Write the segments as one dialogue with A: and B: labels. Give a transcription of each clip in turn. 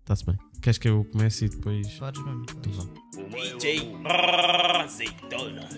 A: Está-se bem. Queres que eu comece e depois.
B: Podes mesmo.
A: Então
B: podes.
A: vá.
C: DJ Brrr, Azeitona.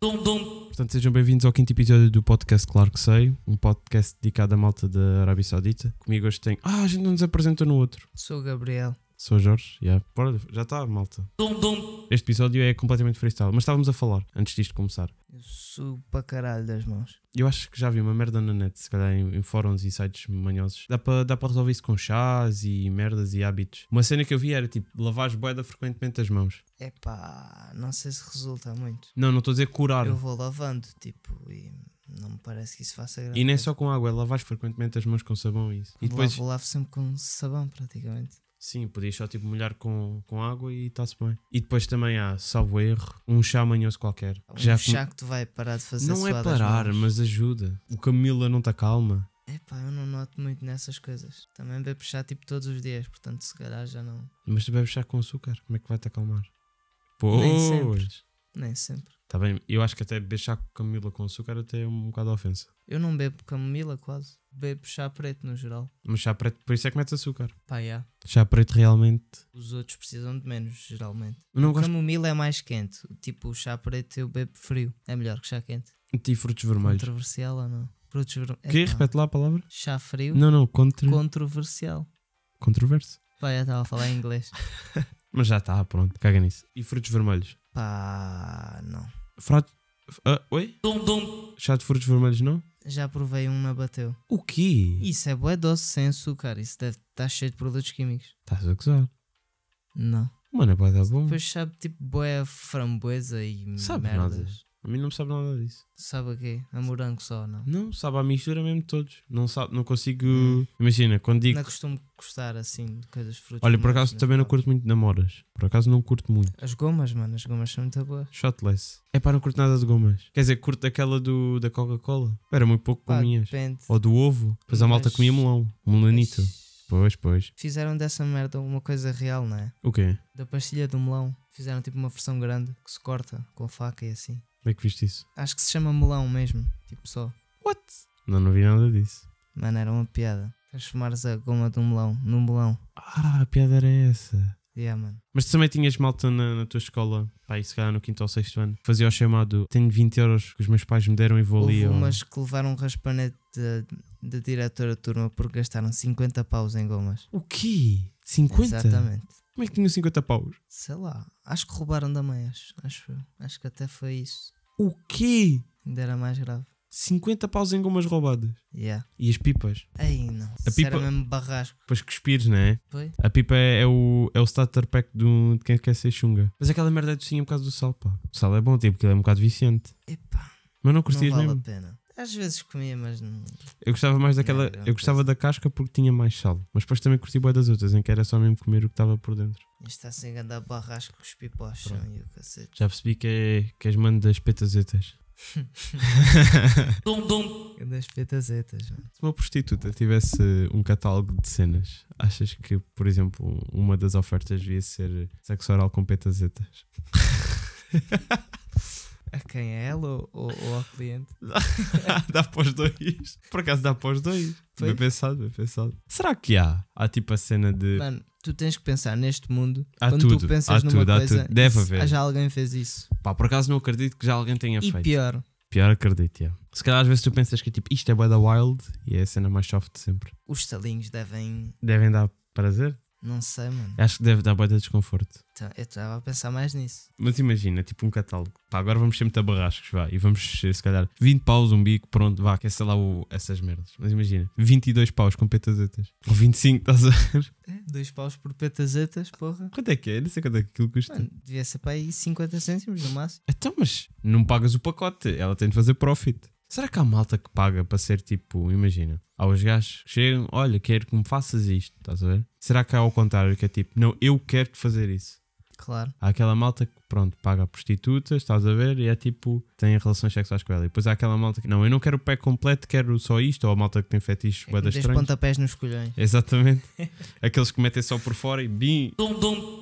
B: Dum, dum.
A: Portanto, sejam bem-vindos ao quinto episódio do podcast Claro que Sei, um podcast dedicado à malta da Arábia Saudita. Comigo hoje tem. Ah, a gente não nos apresentou no outro.
B: Sou o Gabriel.
A: Sou o Jorge, yeah. Bora, já está, malta.
B: Dum, dum.
A: Este episódio é completamente freestyle, mas estávamos a falar antes disto começar.
B: Eu subo para caralho das mãos.
A: Eu acho que já vi uma merda na net, se calhar em, em fóruns e sites manhosos. Dá para dá para resolver isso com chás e merdas e hábitos. Uma cena que eu vi era tipo lavar boeda frequentemente as mãos.
B: Epá, não sei se resulta muito.
A: Não, não estou a dizer curar.
B: Eu vou lavando, tipo, e não me parece que isso faça grande
A: E nem
B: coisa.
A: só com água, é lavar frequentemente as mãos com sabão e isso. E
B: Lavo-
A: depois,
B: lavo sempre com sabão, praticamente.
A: sim, podias só tipo molhar com, com água e está-se bem. E depois também há, salvo erro, um chá manhoso qualquer. que
B: Um
A: já
B: chá que tu vai parar de fazer
A: Não é
B: suar das
A: parar,
B: mãos.
A: mas ajuda. O Camila não está calma.
B: Epá, eu não noto muito nessas coisas. Também bebo chá tipo todos os dias, portanto se calhar já não.
A: Mas tu bebes chá com açúcar, como é que vai-te acalmar?
B: Nem sempre.
A: Pois.
B: Nem sempre.
A: Tá bem, eu acho que até beber chá com camila com açúcar até é um bocado ofensa.
B: Eu não bebo camomila quase. Bebo chá preto no geral.
A: Mas chá preto, por isso é que metes açúcar.
B: Pá, já.
A: Chá preto realmente.
B: Os outros precisam de menos, geralmente.
A: Eu não gosto
B: Camomila é mais quente. Tipo, o chá preto eu bebo frio. É melhor que chá quente.
A: de frutos vermelhos.
B: Controversial ou não? Frutos vermelhos.
A: Que? Repete lá a palavra?
B: Chá frio,
A: Não, não, contra...
B: controversial.
A: controverso.
B: Pá, já estava a falar em inglês.
A: Mas já está, pronto, caga nisso. E frutos vermelhos?
B: Pá, não.
A: Frato. Ah, oi? Chá de frutos vermelhos não?
B: Já provei um na bateu.
A: O quê?
B: Isso é bué doce sem açúcar. Isso deve estar cheio de produtos químicos.
A: Estás a gozar.
B: Não.
A: Mano, vai dar bom.
B: Depois sabe tipo bué a framboesa e
A: Sabe
B: merdas.
A: nada. A mim não me sabe nada disso.
B: Sabe a quê? A morango só, não?
A: Não, sabe à mistura mesmo de todos. Não, sabe, não consigo. Imagina, quando digo.
B: Não costumo gostar assim de coisas de frutos.
A: Olha, por
B: vermelhos,
A: acaso
B: né?
A: também não curto muito de namoras. Por acaso não curto muito.
B: As gomas, mano, as gomas são muito boas.
A: Shotless. É pá, não curto nada de gomas. Quer dizer, curto aquela do, da Coca-Cola. Era muito pouco
B: Pá,
A: comias.
B: depende.
A: Ou do ovo. Pois a malta
B: Mas-
A: comia melão. Melanito.
B: Mas
A: Pois, pois.
B: Fizeram dessa merda uma coisa real, não é?
A: O quê?
B: Da pastilha do melão. Fizeram tipo uma versão grande que se corta com faca e assim.
A: Como é que viste isso?
B: Acho que se chama melão mesmo, tipo só.
A: What? Não, não vi nada disso.
B: Mano, era uma piada. Transformares a goma do melão num melão.
A: Ah, a piada era essa.
B: Yeah, mano.
A: Mas tu também tinhas malta na, na tua escola, pá, e se calhar no quinto ou sexto ano, fazia o chamado tenho 20 euros que os meus pais me deram e vou ali.
B: Houve
A: ao-
B: umas que levaram um raspanete da da diretora de turma porque gastaram 50 paus em gomas.
A: O quê? 50?
B: Exatamente.
A: Como é que tinha 50 paus?
B: Sei lá. Acho que roubaram da mãe, acho. Acho, eu. acho que até foi isso.
A: O quê?
B: Ainda era mais grave.
A: 50 paus em gomas roubadas.
B: Yeah.
A: E as pipas?
B: Aí não.
A: A
B: Isso era
A: pipa-
B: mesmo barrasco.
A: Depois cuspires, não é?
B: Foi?
A: A pipa é, é o, é o starter pack do, de quem quer ser chunga. Mas aquela merda é docinha por causa do sal, pá. O sal é bom, tipo, aquilo é um bocado viciante.
B: Epá,
A: Mas não
B: não
A: curtias
B: vale
A: mesmo.
B: a pena. Às vezes comia, mas não.
A: Eu gostava mais daquela.
B: Não, não
A: eu gostava da casca porque tinha mais sal. Mas depois também curti boa das outras, em que era só mesmo comer o que estava por dentro.
B: Isto está sem andar barrasco com os pipós
A: Pronto.
B: e o cacete.
A: Já percebi que, é, que és mano das petazetas.
B: Das petazetas, mano.
A: Se uma prostituta tivesse um catálogo de cenas, achas que, por exemplo, uma das ofertas devia ser sexo oral com petazetas?
B: A quem é ela ou, ou- ou ao cliente?
A: Ah, dá para os dois. Por acaso dá para os dois.
B: Foi?
A: Bem pensado, bem pensado. Será que há? Há tipo a cena de.
B: Mano, tu tens que pensar neste mundo.
A: Há
B: quando
A: tudo,
B: tu
A: há
B: pensas numa
A: tudo, há
B: coisa,
A: tudo. Deve
B: se-
A: haver.
B: já alguém fez isso.
A: Pá, por acaso não acredito que já alguém tenha
B: E
A: feito.
B: pior,
A: Pior acredito, yeah. Se calhar às vezes tu pensas que tipo, isto é bué da wild e é a cena mais soft de sempre.
B: os salinhos devem.
A: Devem dar prazer?
B: Não sei, mano.
A: Acho que deve dar bué de desconforto.
B: Então, Eu estava a pensar mais nisso.
A: Mas imagina, tipo um catálogo. Pá, agora vamos ser muito a barrascos, vá. E vamos, eh, se calhar, 20 paus, um bico, pronto, vá, que é, sei lá, o- essas merdas. Mas imagina, 22 paus com petazetas. Ou 25, estás a ver?
B: É, Dois paus por petazetas, porra.
A: Quanto é que é? Não sei quanto é que aquilo custa.
B: Mano, devia ser para aí 50 cêntimos no máximo.
A: Então, mas não pagas o pacote, ela tem de fazer profit. Será que há malta que paga para ser tipo, imagina, há os gajos que chegam, olha, quero que me faças isto, estás a ver? Será que há ao contrário, que é tipo, não, eu quero te fazer isso?
B: Claro.
A: Há aquela malta que, pronto, paga a prostituta, estás a ver, e é tipo, tem relações sexuais com ela. E depois há aquela malta que, não, eu não quero o pé completo, quero só isto, ou a malta que tem fetiches
B: É que
A: boedas
B: me dês
A: estranhas.
B: pontapés nos colhões.
A: Exatamente. Aqueles que metem só por fora e bim.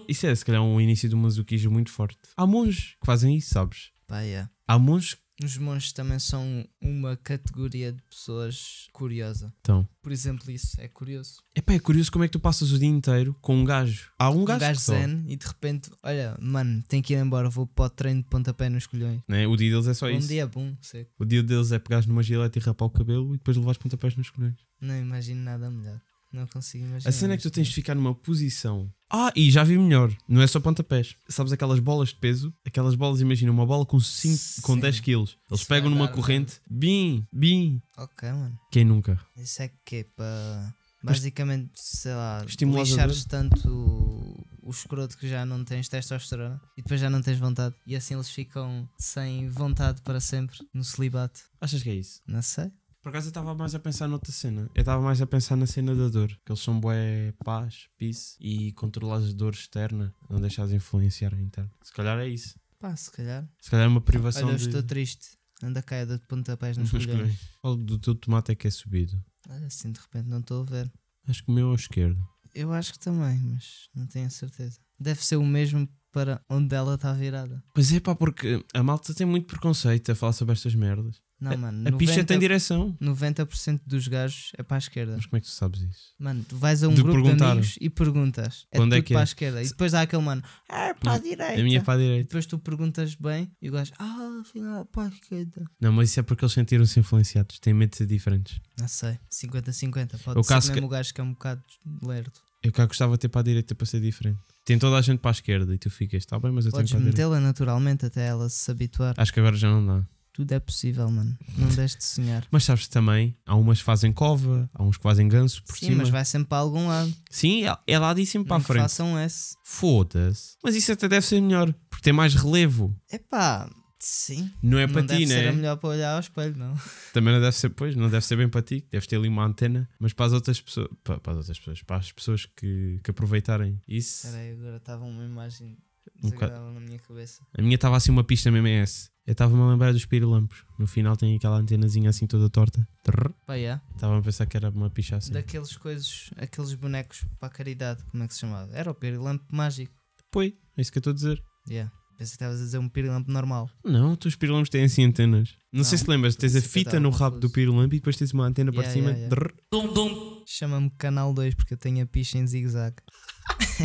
A: Isso é, se calhar, um início de um masoquismo muito forte. Há monges que fazem isso, sabes?
B: Pá, yeah.
A: Há monges que
B: Os monges também são uma categoria de pessoas curiosa.
A: estão.
B: Por exemplo, isso é curioso.
A: Epá, é curioso como é que tu passas o dia inteiro com um gajo. Há um gajo,
B: um gajo
A: que só,
B: zen e de repente, olha, mano, tenho que ir embora, vou para o treino de pontapé nos colhões.
A: né? O dia deles é só
B: um
A: isso.
B: dia bom, seco.
A: O dia deles é pegares numa gilete e rapar o cabelo e depois levares pontapés nos colhões.
B: Não imagino nada melhor. Não consigo imaginar.
A: A cena é que tu
B: isto.
A: tens de ficar numa posição. Ah, e já vi melhor. Não é só pontapés. Sabes aquelas bolas de peso? Aquelas bolas, imagina, uma bola com, cinco, com
B: Sim.
A: 10 quilos. Eles
B: Isso
A: pegam
B: vai
A: numa
B: dar,
A: corrente. Bim, bim.
B: Ok, mano.
A: Quem nunca?
B: Isso é que é para. Basicamente, sei lá,
A: Estimulas a
B: lixares tanto o- o escroto que já não tens testosterona e depois já não tens vontade. E assim eles ficam sem vontade para sempre no celibato.
A: Achas que é isso?
B: Não sei.
A: Por acaso eu estava mais a pensar noutra cena. Eu estava mais a pensar na cena da dor. Que eles são bué paz, peace e controlar a dor externa. Não deixares influenciar a interna. Se calhar é isso.
B: Pá, se calhar.
A: Se calhar é uma privação
B: Olha, eu
A: de...
B: estou um triste. Anda cá, eu dou-te pontapés nos
A: Mas
B: colhões.
A: que- Qual do teu tomate é que é subido?
B: Olha, assim de repente não estou a ver.
A: Acho que o meu é ao esquerdo.
B: Eu acho que também, mas não tenho a certeza. Deve ser o mesmo para onde ela está virada.
A: Pois é pá, porque a malta tem muito preconceito a falar sobre estas merdas.
B: Não, mano.
A: A picha tem direção.
B: 90% dos gajos é para a esquerda.
A: Mas como é que tu sabes isso?
B: Mano, tu vais a um
A: De
B: grupo de
A: perguntar.
B: amigos e perguntas. É
A: Quando é
B: tudo
A: que é?
B: para a esquerda. E depois há aquele mano, ah, é para a direita.
A: A minha é para a
B: E
A: direita.
B: depois tu perguntas bem e o gajo, ah, afinal é para a esquerda.
A: Não, mas isso é porque eles sentiram-se influenciados. Têm medo de ser diferentes.
B: Não sei, 50-50. Pode
A: O
B: ser
A: caso
B: mesmo
A: que-
B: o gajo que é um bocado lerdo.
A: Eu cá gostava de ter para a direita para ser diferente. Tem toda a gente para a esquerda e tu ficas, está bem, mas eu
B: Podes
A: tenho para a direita.
B: metê-la naturalmente até ela se habituar.
A: Acho que agora já não dá.
B: Tudo é possível, mano. Não deixes de sonhar.
A: Mas sabes que também, há umas que fazem cova, há uns que fazem ganso por
B: Sim,
A: cima.
B: mas vai sempre para algum lado.
A: Sim, é- é lá de cima para a
B: Não
A: frente.
B: façam esse.
A: Foda-se. Mas isso até deve ser melhor, porque tem mais relevo.
B: Epá, sim.
A: Não é
B: não
A: para
B: deve
A: ti,
B: ser
A: né?
B: a melhor para olhar ao espelho, não.
A: Também não deve ser, pois, não deve ser bem para ti, deves ter ali uma antena, mas para as outras pessoas, para, para as outras pessoas, para as pessoas que, que aproveitarem isso.
B: Espera aí, agora estava uma imagem
A: Um bocado-
B: desagradável na minha cabeça.
A: A minha estava assim uma pista mesmo é essa. Eu estava-me a lembrar dos pirilampos. No final tem aquela antenazinha assim toda torta. Trrr.
B: Pá, yeah.
A: Estava a pensar que era uma picha assim.
B: Daqueles coisas, aqueles bonecos para a caridade, como é que se chamava? Era o pirilampo mágico.
A: Pois, é isso que eu estou a dizer.
B: Yeah. Pensei que estavas a dizer um pirilampo normal.
A: Não, os teus pirilampos têm assim antenas. Não, sei
B: Não,
A: se lembras, tens a
B: isso é que eu
A: fita
B: estava
A: no rabo do
B: confuso.
A: pirilampo e depois tens uma antena para
B: Yeah,
A: cima.
B: yeah, yeah.
A: Trrr.
C: Dum dum
B: Chama-me Canal 2 porque eu tenho a picha em zigue-zague.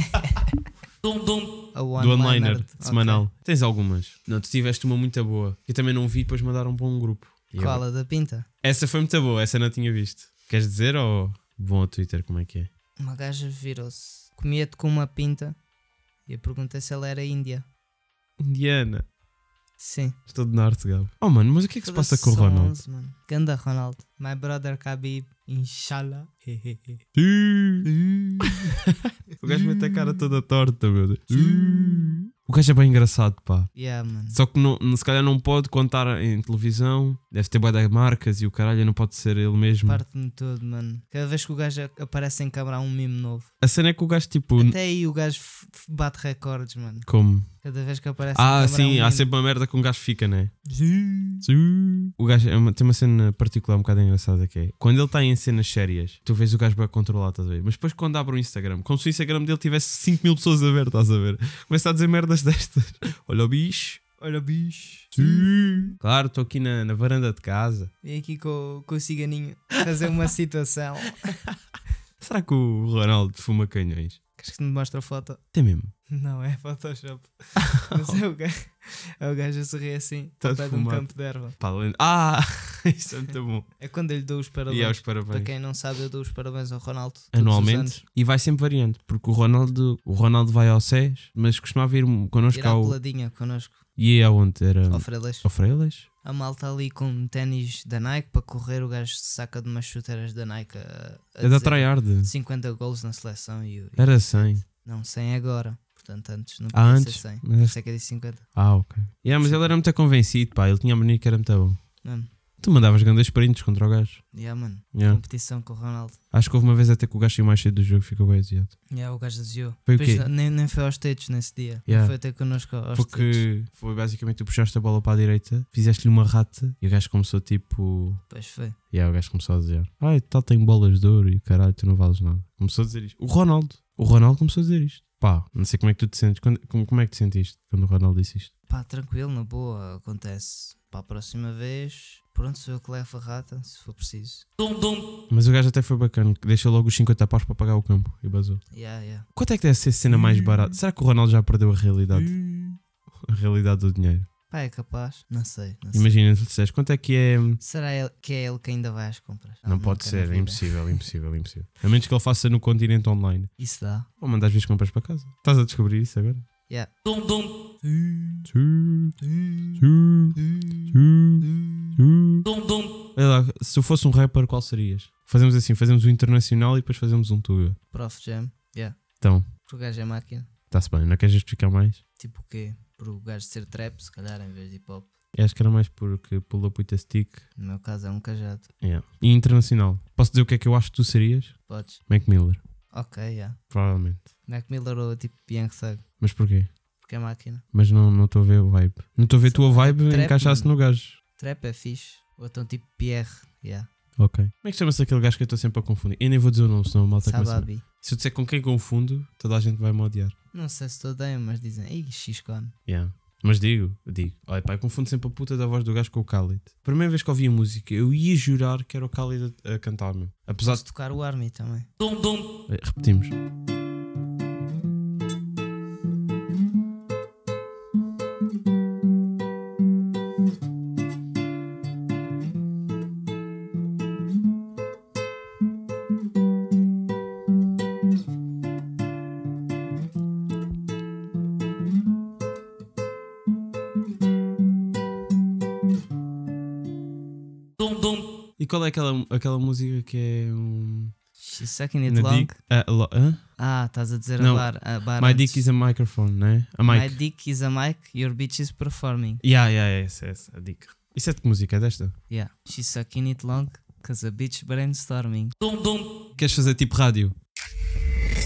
C: dum dum.
B: A
A: Do onliner,
B: one-liner. Ok.
A: semanal. Tens algumas. Não, tu tiveste uma muito boa. Eu também não vi, depois mandaram para um grupo. E eu-
B: Qual a da pinta?
A: Essa foi muito boa, essa não tinha visto. Queres dizer ou vão ao Twitter como é que é?
B: Uma gaja virou-se. Comia-te com uma pinta e eu perguntei se ela era índia.
A: Indiana.
B: Sim.
A: Estou de norte, Gabo. Oh mano, mas o que é que se passa com o Ronaldo?
B: Mano. Ganda Ronaldo. My brother Khabib. Inshallah.
A: Ih. o gajo mete a cara toda torta, meu Deus. Ih. o gajo é bem engraçado, pá.
B: yeah, mano.
A: Só que não, se calhar não pode contar em televisão. Deve ter bué de marcas e o caralho não pode ser ele mesmo.
B: Parte-me todo, mano. Cada vez que o gajo aparece em câmara há um mimo novo.
A: A cena é que o gajo, tipo...
B: Até aí o gajo f- f- bate recordes, mano.
A: Como?
B: Cada vez que aparece.
A: Ah,
B: em câmara
A: sim,
B: é um
A: há
B: meme.
A: sempre uma merda que um gajo fica, né? Sim. O gajo é uma- tem uma cena particular um bocado engraçada que é quando ele está em cenas sérias, tu vês o gajo bem controlado, estás a ver? Mas depois quando abre o Instagram, como se o Instagram dele tivesse 5 mil pessoas a ver, estás a ver? Começa a dizer merdas destas. Olha o bicho.
B: Olha, bicho.
A: Sim. Claro, estou aqui na, na varanda de casa.
B: Vem aqui com, com o ciganinho fazer uma situação.
A: Será que o Ronaldo fuma canhões?
B: Queres que me mostre a foto?
A: Tem mesmo.
B: Não, é Photoshop. Mas é o gajo, é o gajo a sorrir assim.
A: Tá
B: Está
A: de
B: de um
A: fumar.
B: campo de erva.
A: Pá, lendo- Ah, isso é muito bom.
B: É quando eu lhe dou os parabéns.
A: E aos
B: Para
A: parabéns.
B: quem não sabe, eu dou os parabéns ao Ronaldo. Tá todos os anos.
A: anualmente e vai sempre variando, porque o Ronaldo, o Ronaldo vai ao SES, mas Hum. costumava ir um- connosco
B: Ir à
A: ao.
B: peladinha connosco.
A: E ia aonde? Era
B: Ao Freles.
A: ao Freilas?
B: A malta ali com um ténis da Nike para correr, o gajo se saca de umas chuteiras da Nike a, a
A: É da
B: dizer
A: Tryhard.
B: 50 gols na seleção e, o-
A: Era 100.
B: Não, 100 é agora. Portanto, antes não
A: Ah,
B: podia
A: antes?
B: ser 100.
A: Mas-
B: Por isso é que eu disse 50.
A: Ah, ok. Yeah, mas ele era muito convencido, pá. Ele tinha a mania que era muito bom.
B: Mano,
A: Tu mandavas grandes prints contra o gajo.
B: yeah, mano.
A: Yeah.
B: Competição com o Ronaldo.
A: Acho que houve uma vez até que o gajo saiu mais cedo do jogo e ficou bem adiado.
B: Yeah, o gajo desviou.
A: Foi o
B: Depois
A: quê?
B: n- nem, nem foi aos tetos nesse dia.
A: Yeah.
B: Não foi até connosco aos tetos.
A: Porque foi basicamente tu puxaste a bola para a direita, fizeste-lhe uma rata e o gajo começou tipo.
B: Pois foi.
A: E yeah, o gajo começou a dizer: Ai, tal tem bolas de ouro e o caralho, tu não vales nada. Começou a dizer isto. O Ronaldo. O Ronaldo começou a dizer isto. Pá, não sei como é que tu te sentes. Quando- como, como é que te sentiste quando o Ronaldo disse isto?
B: Pá, tranquilo, na boa, acontece. Para a próxima vez, pronto, sou eu que levo a rata, se for preciso.
A: Mas o gajo até foi bacana, que deixou logo os 50 paus para pagar o campo e basou.
B: Yeah, yeah.
A: Quanto é que deve ser a cena
B: Hum.
A: mais barata? Será que o Ronaldo já perdeu a realidade? A realidade do dinheiro.
B: Pá, é capaz? Não sei, não sei.
A: Imagina se disseste, quanto é que é.
B: Será ele- que é ele que ainda vai às compras? Ah,
A: Não pode
B: nunca na
A: ser, é
B: vida.
A: impossível, impossível, impossível. A menos que ele faça no continente online.
B: Isso dá.
A: Ou manda às vezes compras para casa. Estás a descobrir isso agora?
B: Yeah.
A: Olha lá, se tu fosse um rapper, qual serias? Fazemos assim, fazemos um internacional e depois fazemos um Tuga.
B: Prof Jam, yeah.
A: Então,
B: Porque o gajo é máquina.
A: está-se bem, não queres justificar mais?
B: Tipo o quê? Por o gajo ser trap, se calhar, em vez de hip hop.
A: Eu acho que era mais porque pull up with a stick.
B: No meu caso é um cajado.
A: Yeah. E internacional. Posso dizer o que é que eu acho que tu serias?
B: Podes.
A: Mac Miller,
B: Ok, yeah.
A: provavelmente.
B: Mac Miller ou tipo Young Thug,
A: Mas porquê?
B: porque é máquina.
A: Mas não não estou a ver o vibe. Não estou a ver a tua vibe
B: Trap,
A: encaixar-se no gajo.
B: Trap é fixe. Ou então tipo Pierre, yeah.
A: Ok. Como é que chama-se aquele gajo que eu estou sempre a confundir? Eu nem vou dizer o nome, senão a malta começa.
B: Sababi.
A: Se eu disser com quem confundo, toda a gente vai me odiar.
B: Não sei se todos odeiam, mas dizem, ei, Xcon.
A: Yeah. Mas digo, digo. Olha, pá, eu confundo sempre a puta da voz do gajo com o Khalid. Primeira vez que ouvi a música, eu ia jurar que era o Khalid a, a cantar, meu. Apesar de.
B: Posso tocar o Army também.
A: Eh, Repetimos. E qual é aquela, aquela música que é um.
B: She's sucking it
A: na
B: long.
A: dick- ah, lo- hã?
B: Ah, estás a dizer
A: Não.
B: a bar, a bar
A: My
B: antes.
A: dick is a microphone, né? A mic.
B: My dick is a mic, your bitch is performing.
A: Yeah, yeah, yeah, essa, essa, a dica. Isso é de que música? É desta?
B: Yeah. She's sucking it long, cause a bitch brainstorming.
A: Queres fazer tipo rádio?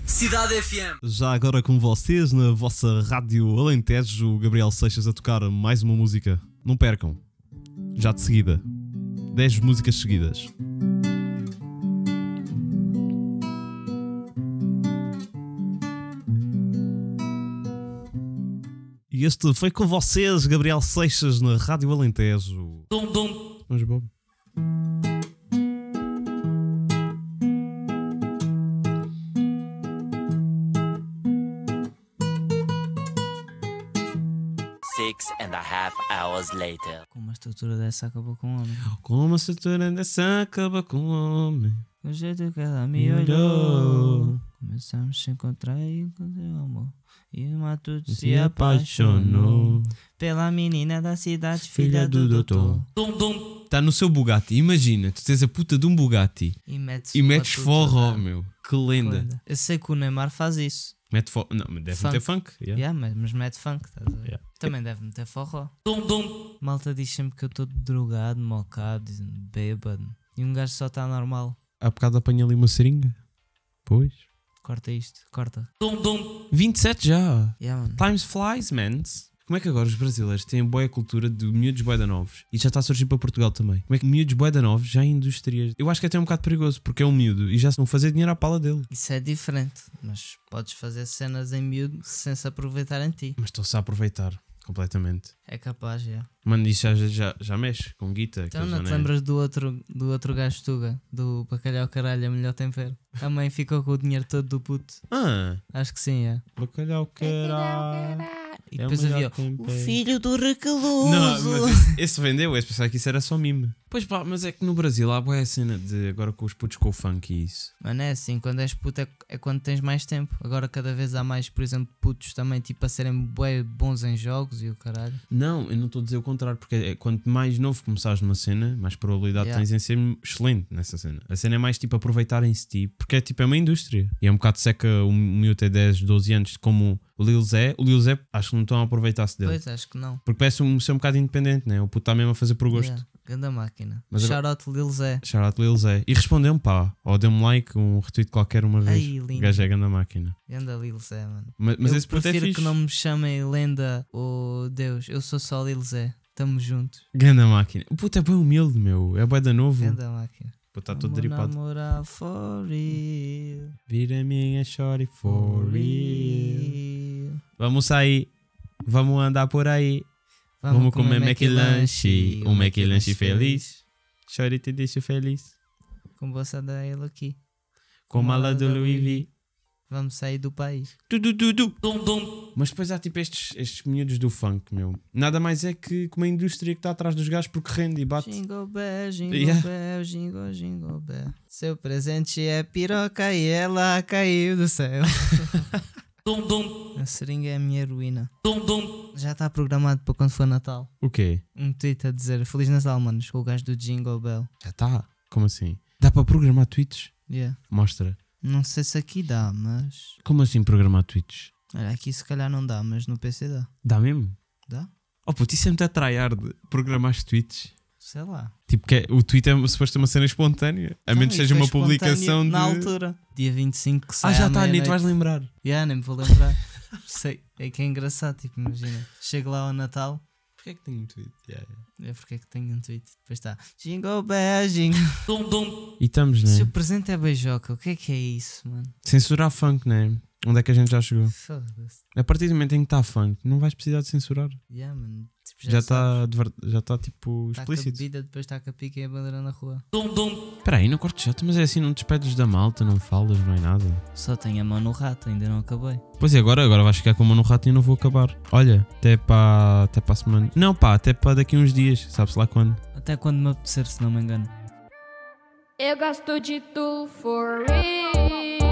D: Cidade FM.
E: Já agora com vocês, na vossa rádio Alentejo, o Gabriel Seixas a tocar mais uma música. Não percam. Já de seguida. 10 músicas seguidas. E este foi com vocês, Gabriel Seixas, na Rádio Alentejo.
A: Mas Bob.
C: Six and a half hours later.
B: Com uma estrutura dessa acabou com o homem.
A: Como se tudo dessa acaba com o homem.
B: Com o jeito que ela me
A: Me olhou.
B: olhou. Começamos a se encontrar e encontrei o amor. E o Matuto se,
A: Se
B: apaixonou
A: apaixonou.
B: pela menina da cidade,
A: Filha
B: filha
A: do
B: do
A: doutor.
B: doutor.
A: Está Tá no seu Bugatti. Imagina, tu tens a puta de um Bugatti
B: E metes,
A: e metes
B: Matuto
A: forró,
B: na
A: meu. Que lenda.
B: lenda. Eu sei que o Neymar faz isso.
A: Mete forró. Não, mas deve
B: Funk.
A: meter funk. yeah.
B: Yeah, mas, mas mete funk, estás a ver?
A: Yeah.
B: Também deve meter forró. Malta diz sempre que eu estou drogado, mocado, dizem-me bêbado. E um gajo só está normal.
A: Há bocado apanha ali uma seringa. Pois.
B: Corta isto, corta.
A: 27 já.
B: Yeah, mano.
A: Times flies, man. Como é que agora os brasileiros têm boa cultura de miúdos boeda novos? E já está a surgir para Portugal também. Como é que miúdos boeda novos já em indústrias? Eu acho que é até um bocado perigoso, porque é um miúdo e já se não fazer dinheiro à pala dele.
B: Isso é diferente, mas podes fazer cenas em miúdo sem se aproveitar em ti.
A: Mas estão-se a aproveitar completamente.
B: É capaz, é.
A: Mano, isso já, já, já mexe com guita.
B: Então
A: que
B: não
A: já
B: te
A: é-
B: lembras do outro, do outro gajo Tuga, do bacalhau caralho, é melhor tempero. A mãe ficou com o dinheiro todo do puto.
A: Ah,
B: Acho que sim, é.
A: bacalhau caralho.
B: E
A: É o
B: depois
A: melhor
B: havia
A: tempero.
B: o filho do recluso.
A: Não, mas esse, esse vendeu, esse pensava que isso era só mime. Pois pá, mas é que no Brasil há boa cena de agora com os putos com o funk e isso.
B: Mano, é assim, quando és puto é, é quando tens mais tempo. Agora cada vez há mais, por exemplo, putos também tipo a serem bué bons em jogos e o caralho.
A: Não, eu não estou a dizer o contrário, porque é, quanto mais novo começares numa cena, mais probabilidade
B: Yeah.
A: tens em ser excelente nessa cena. A cena é mais tipo aproveitarem-se de ti, porque é tipo é uma indústria. E é um bocado seca o miúdo ter 10, 12 anos, como o Lil Zé. O Lil Zé acho que não estão a aproveitar-se dele.
B: Pois acho que não.
A: Porque parece um ser um bocado independente, né? O puto está mesmo a fazer por gosto.
B: Yeah, Ganda máquina.
A: Mas agora-
B: Shoutout Lil Zé.
A: Shout out Lil Zé. E respondeu-me pá, ou deu-me like, um retweet qualquer uma vez.
B: Ai, lindo.
A: o gajo é grande máquina.
B: Ganda Lil Zé, mano.
A: Mas, mas
B: eu
A: esse puto é
B: prefiro
A: fixe.
B: que não me chamem lenda ou Deus. Eu sou só Lil Zé. Tamo juntos.
A: Ganda máquina. O puto é bem humilde, meu. É bué da novo.
B: Ganda máquina.
A: O puto está todo
B: Vamos
A: deripado.
B: namorar for real.
A: Vira a minha shorty for real.
B: real.
A: Vamos sair. Vamos andar por aí. Vamos comer McLanche, um McLanche feliz. Chore te deixa feliz.
B: Com bolsa da Hello Kitty.
A: Com mala do Louis V.
B: Vamos sair do país.
A: Du, du, du, du, dum, dum. Mas depois há tipo estes, estes miúdos do funk, meu. Nada mais é que, que uma indústria que está atrás dos gajos porque rende e bate.
B: Jingle bell, jingle
A: Yeah.
B: bell, jingle, jingle bell. Seu presente é piroca e ela caiu do céu.
D: Dum dum
B: A seringa é a minha heroína.
D: dum dum.
B: Já está programado para quando for Natal.
A: O quê?
B: Um tweet a dizer Feliz Natal, manos, com o gajo do Jingle Bell.
A: Já está. Como assim? Dá para programar tweets?
B: Yeah.
A: Mostra.
B: Não sei se aqui dá, mas.
A: Como assim programar tweets?
B: Olha, aqui se calhar não dá, mas no PC dá.
A: Dá mesmo?
B: Dá?
A: Oh puto, isso é muito a tryhard. Programar tweets.
B: Sei lá.
A: Tipo, que é- o tweet é suposto ser uma cena é espontânea. A menos que
B: Então,
A: seja uma
B: isso foi espontâneo
A: publicação de.
B: Na altura. Dia 25 que sai.
A: Ah, já
B: à
A: está, nem
B: meia-noite.
A: te vais lembrar.
B: Yeah, nem me vou lembrar. sei. É que é engraçado, tipo, imagina. Chego lá ao Natal.
A: Porquê é que tenho um tweet?
B: É porque é que tenho um tweet. Depois está. Jingle Bell, jingle.
A: E estamos, né?
B: Seu presente é beijoca. O que é que é isso, mano?
A: Censurar funk, né? Onde é que a gente já chegou?
B: Foda-se.
A: A partir do momento em que está funk, não vais precisar de censurar.
B: Yeah, mano. Tipo,
A: Já
B: sabes.
A: está já tá, tipo
B: Tá com a
A: explícito.
B: bebida, depois está com a pica e a bandeira na rua.
A: Espera aí, não cortes chato, mas é assim, não te despedes da malta, não falas, não é nada.
B: Só tenho a mão no rato, ainda não acabei.
A: Pois é, agora, agora vais ficar com a mão no rato e eu não vou acabar. Olha, até para até para a semana. Não, pá, até para daqui a uns dias, sabe-se lá quando.
B: Até quando me apetecer, se não me engano.
F: Eu gosto de tu for real.